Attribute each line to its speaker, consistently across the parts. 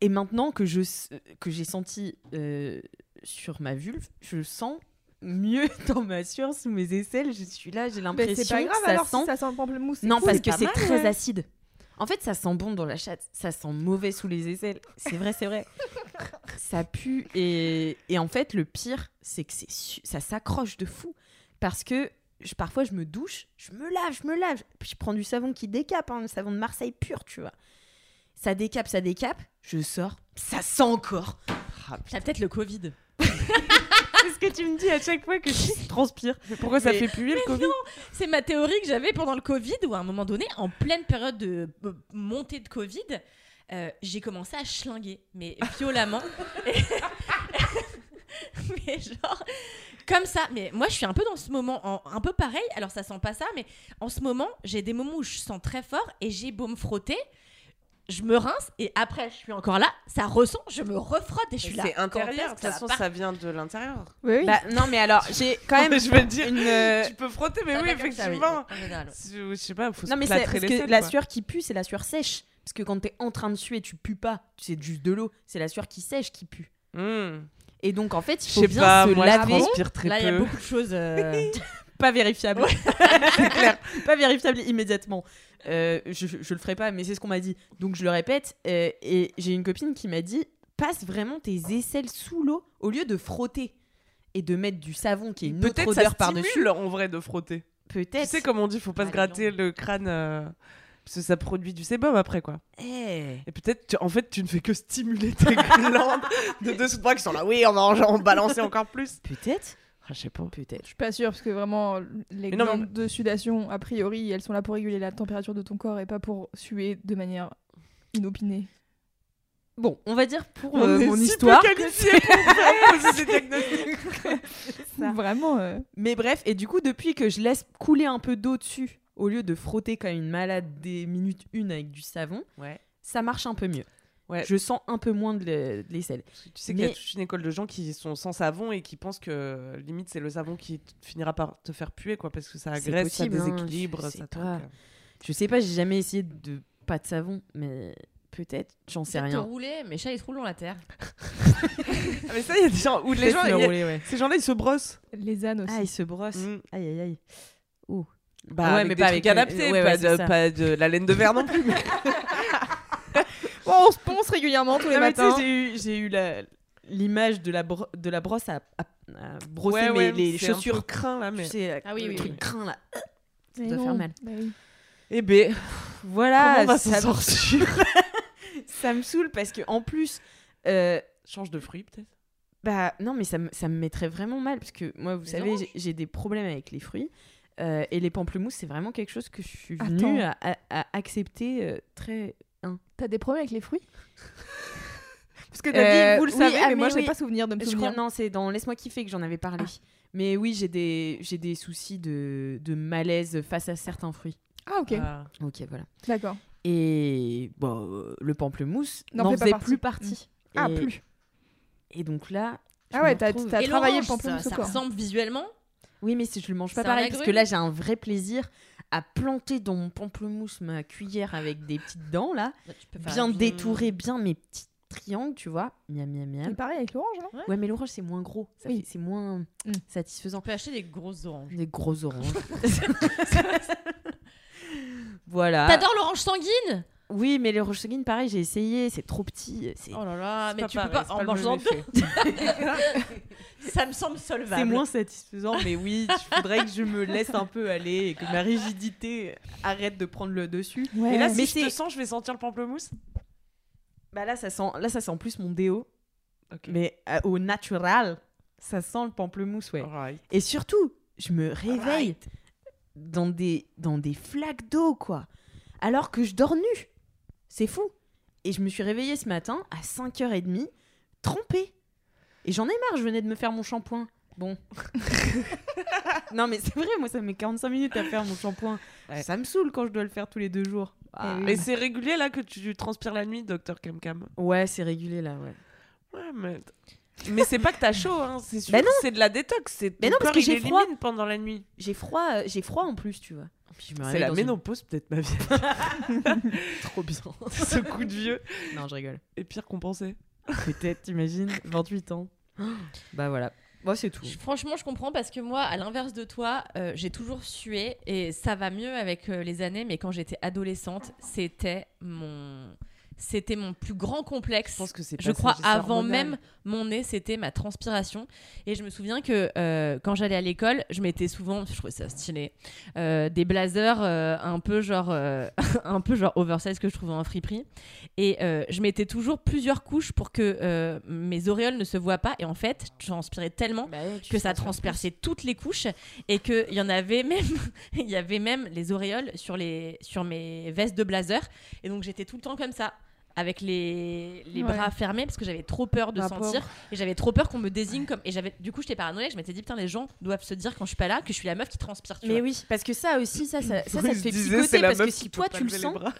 Speaker 1: Et maintenant que je s- que j'ai senti euh, sur ma vulve, je sens mieux dans ma sueur sous mes aisselles. Je suis là, j'ai
Speaker 2: Mais Ben, c'est
Speaker 1: l'impression
Speaker 2: pas
Speaker 1: que
Speaker 2: grave
Speaker 1: ça
Speaker 2: alors
Speaker 1: sent.
Speaker 2: si ça sent le pamplemousse. c'est
Speaker 1: non,
Speaker 2: cool,
Speaker 1: parce que
Speaker 2: pas
Speaker 1: c'est
Speaker 2: mal,
Speaker 1: très
Speaker 2: ouais.
Speaker 1: acide. En fait, ça sent bon dans la chatte, ça sent mauvais sous les aisselles. C'est vrai, c'est vrai. ça pue et, et en fait, le pire, c'est que c'est su- ça s'accroche de fou parce que je- parfois je me douche, je me lave, je me lave, puis je prends du savon qui décape, hein, le savon de Marseille pur, tu vois. Ça décape, ça décape, je sors, ça sent encore.
Speaker 3: Ça peut-être le Covid.
Speaker 1: C'est ce que tu me dis à chaque fois que je transpire.
Speaker 2: Pourquoi ça
Speaker 3: Mais-
Speaker 2: fait puer le Covid
Speaker 3: C'est ma théorie que j'avais pendant le Covid, où à un moment donné, en pleine période de euh, montée de Covid, euh, j'ai commencé à schlinguer, mais violemment. Et- mais genre, comme ça. Mais moi, je suis un peu dans ce moment, en- un peu pareil. Alors, ça sent pas ça, mais en ce moment, j'ai des moments où je sens très fort et j'ai beau me frotter. Je me rince et après je suis encore là, ça ressent, je me refrotte et je suis là.
Speaker 4: C'est intérieur,
Speaker 3: Quand
Speaker 4: de toute
Speaker 3: est-ce que
Speaker 4: façon,
Speaker 3: va
Speaker 4: ça vient de l'intérieur.
Speaker 2: Oui, oui.
Speaker 5: Bah, non, mais alors, j'ai quand même.
Speaker 4: je veux dire,
Speaker 5: une, euh,
Speaker 4: tu peux frotter, mais
Speaker 3: Ça
Speaker 4: oui,
Speaker 3: va comme ça,
Speaker 4: effectivement.
Speaker 3: en général, ouais.
Speaker 4: Je je sais pas, faut
Speaker 1: Non,
Speaker 4: se
Speaker 1: mais c'est
Speaker 4: plâtrer
Speaker 1: parce
Speaker 4: les
Speaker 1: que
Speaker 4: selles,
Speaker 1: la
Speaker 4: quoi.
Speaker 1: sueur qui pue, c'est la sueur sèche. Parce que quand t'es en train de suer, tu pues pas. C'est juste de l'eau. C'est la sueur qui sèche qui pue.
Speaker 4: Hmm.
Speaker 1: Et donc, en fait, il
Speaker 4: Je
Speaker 1: faut
Speaker 4: sais
Speaker 1: bien
Speaker 4: pas,
Speaker 1: se
Speaker 4: moi je
Speaker 1: laver.
Speaker 4: transpire très
Speaker 3: Ah Là, il y a
Speaker 4: peu.
Speaker 3: beaucoup de choses. euh,
Speaker 1: Pas vérifiable. c'est clair. Pas vérifiable immédiatement. Euh, je, je- je le ferai pas, mais c'est ce qu'on m'a dit. Donc, je le répète. euh, et j'ai une copine qui m'a dit passe vraiment tes aisselles sous l'eau au lieu de frotter et de mettre du savon qui est une autre
Speaker 4: Peut-être ça
Speaker 1: odeur par-dessus.
Speaker 4: stimule en vrai de frotter. Tu
Speaker 1: Peut-être. Ah,
Speaker 4: sais comme on dit, faut pas se
Speaker 3: Allez,
Speaker 4: gratter le crâne euh, parce que ça produit du sébum après quoi.
Speaker 1: Eh.
Speaker 4: Et peut-être tu- en fait tu ne fais que stimuler tes glandes de dessous de bras qui sont là. Oui, on va en, en balancer encore plus.
Speaker 1: Peut-être.
Speaker 4: Ah, je sais pas.
Speaker 1: Peut-être.
Speaker 2: Je suis pas sûre parce que vraiment les
Speaker 4: Mais non, mais-
Speaker 2: glandes de sudation, a priori, elles sont là pour réguler la température de ton corps et pas pour suer de manière inopinée.
Speaker 1: Bon, on va dire pour
Speaker 4: On
Speaker 1: euh,
Speaker 4: est
Speaker 1: mon
Speaker 4: si peu
Speaker 1: histoire.
Speaker 4: qualifiés pour faire poser ces diagnostics.
Speaker 1: Ça.
Speaker 2: Vraiment. euh,
Speaker 1: Mais bref, et du coup, depuis que je laisse couler un peu d'eau dessus, au lieu de frotter comme une malade des minutes une avec du savon,
Speaker 4: Ouais.
Speaker 1: ça marche un peu mieux.
Speaker 4: Ouais.
Speaker 1: Je sens un peu moins de le- de l'aisselle.
Speaker 4: Parce que Tu sais qu'il y
Speaker 1: Mais-
Speaker 4: a toute une école de gens qui sont sans savon et qui pensent que limite c'est le savon qui t- finira par te faire puer quoi parce que ça
Speaker 1: C'est
Speaker 4: agresse,
Speaker 1: possible,
Speaker 4: ça
Speaker 1: hein,
Speaker 4: déséquilibre,
Speaker 1: je sais
Speaker 4: ça
Speaker 1: pas.
Speaker 4: truc.
Speaker 1: Je sais pas, j'ai jamais essayé de pas de savon, mais peut-être, j'en sais
Speaker 3: peut-être te
Speaker 1: rien.
Speaker 3: rouler, mais chat, il se roule dans la terre.
Speaker 4: Ah, mais ça il y a des gens où les
Speaker 1: Peut-être
Speaker 4: gens
Speaker 1: me
Speaker 4: il y a-
Speaker 1: rouler, ouais.
Speaker 4: ces gens-là ils se brossent.
Speaker 2: les ânes aussi.
Speaker 1: Ah, il se brosse.
Speaker 4: Mm.
Speaker 1: Aïe, aïe, aïe.
Speaker 4: Bah
Speaker 1: Ouais,
Speaker 4: avec
Speaker 1: mais
Speaker 4: des
Speaker 1: pas avec
Speaker 4: trucs
Speaker 1: le-
Speaker 4: adaptés,
Speaker 1: ouais,
Speaker 4: pas,
Speaker 1: ouais, c'est
Speaker 4: de,
Speaker 1: ça.
Speaker 4: pas de la laine de verre non plus.
Speaker 2: Bon, Oh, on se ponce régulièrement tous les
Speaker 1: Non, Ah, mais tu sais,
Speaker 2: matins.
Speaker 1: J'ai eu, j'ai eu la- l'image de la, bro- de la brosse à, à- à brosser mes- les
Speaker 4: c'est un peu
Speaker 1: chaussures.
Speaker 4: crin là mais.
Speaker 1: Tu sais,
Speaker 3: Ah oui,
Speaker 1: le
Speaker 3: oui,
Speaker 1: truc
Speaker 3: oui.
Speaker 1: crin, là.
Speaker 2: Mais
Speaker 1: doit
Speaker 2: non,
Speaker 1: faire mal.
Speaker 2: bah oui.
Speaker 4: Eh ben,
Speaker 1: Voilà,
Speaker 4: comment on va
Speaker 1: Ah, ça-
Speaker 4: s'en sortir
Speaker 1: ça me saoule parce que en plus euh,
Speaker 4: Change de fruit peut-être.
Speaker 1: bah non mais ça me, ça me mettrait vraiment mal parce que moi vous
Speaker 3: Les
Speaker 1: savez j'ai- j'ai des problèmes avec les fruits euh, et les pamplemousses c'est vraiment quelque chose que je suis venue à,
Speaker 2: Attends.
Speaker 1: à- à accepter euh, très
Speaker 2: T'as des problèmes avec les fruits
Speaker 4: Parce que
Speaker 2: Euh,
Speaker 4: David, vous le
Speaker 2: oui,
Speaker 4: savez,
Speaker 2: ah,
Speaker 4: mais moi
Speaker 2: mais
Speaker 4: je
Speaker 2: j'ai
Speaker 1: oui.
Speaker 2: pas souvenir de me
Speaker 1: je crois
Speaker 2: souvenir.
Speaker 1: non c'est dans laisse-moi kiffer que j'en avais parlé Ah. mais oui j'ai des j'ai des soucis de, de malaise face à certains fruits
Speaker 2: Ah ok,
Speaker 4: Ah.
Speaker 1: ok voilà
Speaker 2: d'accord.
Speaker 1: et bon euh, le pamplemousse
Speaker 2: N'en
Speaker 1: n'en
Speaker 2: fait pas
Speaker 1: faisait
Speaker 2: partie.
Speaker 1: plus partie Mm.
Speaker 2: Ah
Speaker 1: et,
Speaker 2: plus.
Speaker 1: et donc là je
Speaker 2: Ah ouais,
Speaker 1: me
Speaker 2: t'as
Speaker 1: retrouve-
Speaker 2: t'as
Speaker 3: Et
Speaker 2: travaillé
Speaker 3: l'orange,
Speaker 2: pour
Speaker 3: ça, ça ressemble visuellement.
Speaker 1: Oui, mais si je le mange pas
Speaker 3: C'est un
Speaker 1: pareil, parce que
Speaker 3: agrume.
Speaker 1: là j'ai un vrai plaisir à planter dans mon pamplemousse ma cuillère avec des petites dents là,
Speaker 3: Bah, tu peux faire
Speaker 1: bien
Speaker 3: un-
Speaker 1: détourer bien mes petits triangles, tu vois. Miam miam miam.
Speaker 2: pareil avec hein. l'orange, non
Speaker 1: Ouais, mais l'orange c'est moins gros, ça
Speaker 2: Oui.
Speaker 1: fait- c'est moins
Speaker 2: Mm.
Speaker 1: satisfaisant.
Speaker 3: On peut acheter des grosses oranges.
Speaker 1: Des gros oranges.
Speaker 4: Ah.
Speaker 1: voilà.
Speaker 3: T'adores l'orange sanguine
Speaker 1: Oui, mais les roches sanguines, pareil, j'ai essayé, c'est trop petit, c'est
Speaker 3: Oh là là,
Speaker 4: C'est
Speaker 3: mais
Speaker 4: pas
Speaker 3: tu peux
Speaker 4: pareil,
Speaker 3: pas
Speaker 4: c'est
Speaker 3: en
Speaker 4: le
Speaker 3: mangeant
Speaker 4: même effet.
Speaker 3: deux. ça me semble solvable.
Speaker 1: c'est moins satisfaisant, Bah, mais oui, il faudrait que je me laisse un peu aller et que ma rigidité arrête de prendre le dessus.
Speaker 2: Ouais.
Speaker 4: Et là, si
Speaker 1: Ah. Mais
Speaker 4: je te
Speaker 1: c'est-
Speaker 4: sens, je vais sentir le pamplemousse.
Speaker 1: Bah là, ça sent, là, ça sent plus mon déo.
Speaker 4: Ok.
Speaker 1: Mais euh, au natural, ça sent le pamplemousse, ouais.
Speaker 4: Alright.
Speaker 1: Et surtout, je me réveille dans des, dans des flaques d'eau, quoi. Alors que je dors nu. C'est fou. Et je me suis réveillée ce matin à 5h30, trempée. Et j'en ai marre, je venais de me faire mon shampoing. Bon. non, mais c'est vrai, moi, ça met 45 minutes à faire mon shampoing.
Speaker 4: Ouais. Eh
Speaker 1: Ça me saoule quand je dois le faire tous les deux jours. Ah.
Speaker 4: Et c'est régulier là que tu transpires la nuit, docteur Camcam.
Speaker 1: Ouais, c'est régulé là, ouais.
Speaker 4: Ouais, mais. Mais c'est pas que t'as chaud, hein, c'est sûr.
Speaker 1: Bah non.
Speaker 4: c'est de la détox. C'est
Speaker 1: Mais
Speaker 4: ton
Speaker 1: non, parce
Speaker 4: corps,
Speaker 1: que
Speaker 4: il
Speaker 1: j'ai
Speaker 4: élimine pendant la nuit.
Speaker 1: J'ai froid, euh, j'ai froid en plus, tu vois. Puis je me
Speaker 4: C'est
Speaker 1: réveille
Speaker 4: la
Speaker 1: Ah dans une-
Speaker 4: ménopause, peut-être, ma vie.
Speaker 1: Trop bien.
Speaker 4: Ce coup de vieux
Speaker 1: non, je rigole.
Speaker 4: est pire qu'on pensait.
Speaker 1: Peut-être, t'imagines 28 ans. bah voilà. Moi, c'est tout.
Speaker 3: Je- Franchement, je comprends parce que moi, à l'inverse de toi, euh, j'ai toujours sué et ça va mieux avec euh, les années. Mais quand j'étais adolescente, c'était mon, c'était mon plus grand complexe.
Speaker 4: Je pense que c'est
Speaker 3: Je crois
Speaker 4: passage
Speaker 3: avant
Speaker 4: hormonal.
Speaker 3: même mon nez, c'était ma transpiration. Et je me souviens que euh, quand j'allais à l'école, je mettais souvent, je trouvais ça stylé, euh, des blazers euh, un peu genre euh, un peu genre oversize que je trouvais en friperie. Et euh, je mettais toujours plusieurs couches pour que euh, mes auréoles ne se voient pas. Et en fait, je transpirais tellement
Speaker 1: Bah
Speaker 3: que ça transperçait toutes les couches et que il y en avait même il y avait même les auréoles sur les sur mes vestes de blazer et donc j'étais tout le temps comme ça avec les, les
Speaker 2: Ouais. Ah,
Speaker 3: bras fermés parce que j'avais trop peur de
Speaker 4: Ma
Speaker 3: sentir et j'avais trop peur qu'on me désigne comme et j'avais du coup j'étais paranoïaque je m'étais dit putain les gens doivent se dire quand je suis pas là que je suis la meuf qui transpire tu
Speaker 1: Mais
Speaker 3: vois.
Speaker 1: oui, parce que ça aussi, ça, ça, ça, ça te
Speaker 4: Il se
Speaker 1: fait
Speaker 4: disait, c'est
Speaker 1: picoter
Speaker 4: la
Speaker 1: parce
Speaker 4: meuf
Speaker 1: que
Speaker 4: qui
Speaker 1: si
Speaker 4: peut
Speaker 1: toi
Speaker 4: pas
Speaker 1: tu le
Speaker 4: lever les
Speaker 1: sens,
Speaker 4: bras.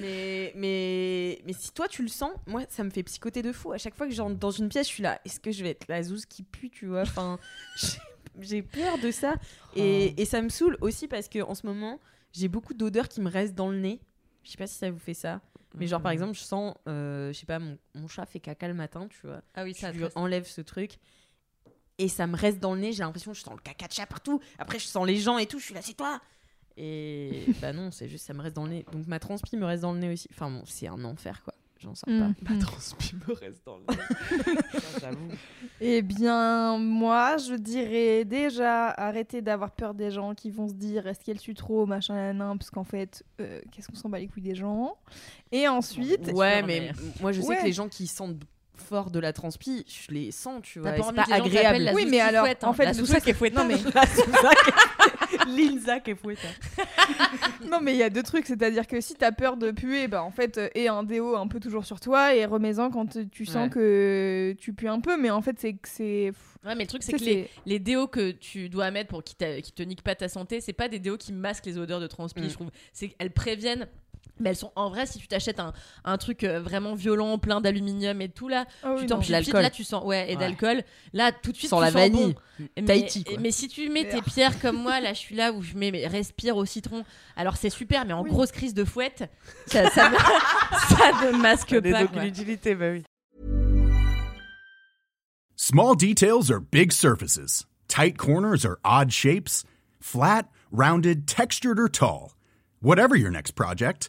Speaker 1: mais, mais, mais si toi tu le sens, moi ça me fait psychoter de fou. À chaque fois que j'entre dans une pièce, je suis là, est-ce que je vais être la zouze qui pue, tu vois Enfin, j'ai- j'ai peur de ça. Et, et ça me saoule aussi parce que en ce moment, j'ai beaucoup d'odeurs qui me restent dans le nez. Je sais pas si ça vous fait ça, mais genre par exemple, je sens, euh, je sais pas, mon, mon chat fait caca le matin, tu vois.
Speaker 3: ah oui ça
Speaker 1: je lui
Speaker 3: très-
Speaker 1: enlève ce truc et ça me reste dans le nez. J'ai l'impression que je sens le caca de chat partout. Après, je sens les gens et tout. Je suis là, c'est toi. Et bah non, c'est juste ça me reste dans le nez. Donc ma transpi me reste dans le nez aussi. Enfin bon, c'est un enfer quoi. J'en sors
Speaker 3: Mm.
Speaker 1: pas.
Speaker 4: Ma transpi me reste dans le Putain, J'avoue.
Speaker 2: Eh bien, moi, je dirais déjà arrêter d'avoir peur des gens qui vont se dire est-ce qu'elle suit trop, machin, nanan, parce qu'en fait, euh, qu'est-ce qu'on s'en bat les couilles des gens Et ensuite,
Speaker 1: Ouais,
Speaker 3: sûr,
Speaker 1: mais
Speaker 3: mais-
Speaker 1: m- moi je sais
Speaker 2: Ouais.
Speaker 1: que les gens qui sentent fort de la transpi, je les sens, tu vois.
Speaker 3: T'as
Speaker 1: et
Speaker 3: pas
Speaker 1: C'est
Speaker 3: envie
Speaker 1: pas
Speaker 3: que les gens t'appellent
Speaker 1: agréable.
Speaker 3: la
Speaker 2: Oui,
Speaker 3: Zouz
Speaker 2: mais
Speaker 3: qui
Speaker 2: alors,
Speaker 3: fouette,
Speaker 2: en
Speaker 3: hein.
Speaker 2: fait,
Speaker 3: la
Speaker 2: le
Speaker 3: Sousa qui est fouette
Speaker 1: Non
Speaker 2: hein.
Speaker 1: mais la Sousa qui est- Linza qui est fouette.
Speaker 2: non, mais il y a deux trucs, c'est-à-dire que si t'as peur de puer, bah en fait, euh, aie un déo un peu toujours sur toi et remets-en quand euh, tu sens
Speaker 1: Ouais.
Speaker 2: que tu pues un peu, mais en fait, c'est que c'est.
Speaker 3: ouais mais le truc c'est
Speaker 2: ça,
Speaker 3: que les, les déos que tu dois mettre pour qu'ils t'a- qu'ils te niquent pas ta santé, c'est pas des déos qui masquent les odeurs de transpi,
Speaker 1: Mm.
Speaker 3: je trouve. C'est qu'elles préviennent. Mais elles sont en vrai, si tu t'achètes un, un truc euh, vraiment violent, plein d'aluminium et tout là,
Speaker 2: Ah oui,
Speaker 3: tu
Speaker 2: non.
Speaker 3: t'en
Speaker 1: De
Speaker 3: pipites,
Speaker 1: l'alcool.
Speaker 3: là tu sens, ouais, et
Speaker 1: Ouais.
Speaker 3: d'alcool, là tout de suite
Speaker 1: Sans
Speaker 3: tu
Speaker 1: la
Speaker 3: sens
Speaker 1: vanille.
Speaker 3: bon. Mais-
Speaker 1: Tahiti, quoi.
Speaker 3: Mais si tu mets tes pierres comme moi, là je suis là où je mets mes respire au citron. Alors c'est super, mais en
Speaker 2: Oui.
Speaker 3: grosse crise de fouette, ça, ça ne, ça ne masque
Speaker 4: Que
Speaker 3: pas.
Speaker 4: des
Speaker 3: quoi.
Speaker 4: aucune utilité, bah oui.
Speaker 6: Small details are big surfaces. Tight corners are odd shapes. Flat, rounded, textured, or tall. Whatever your next project,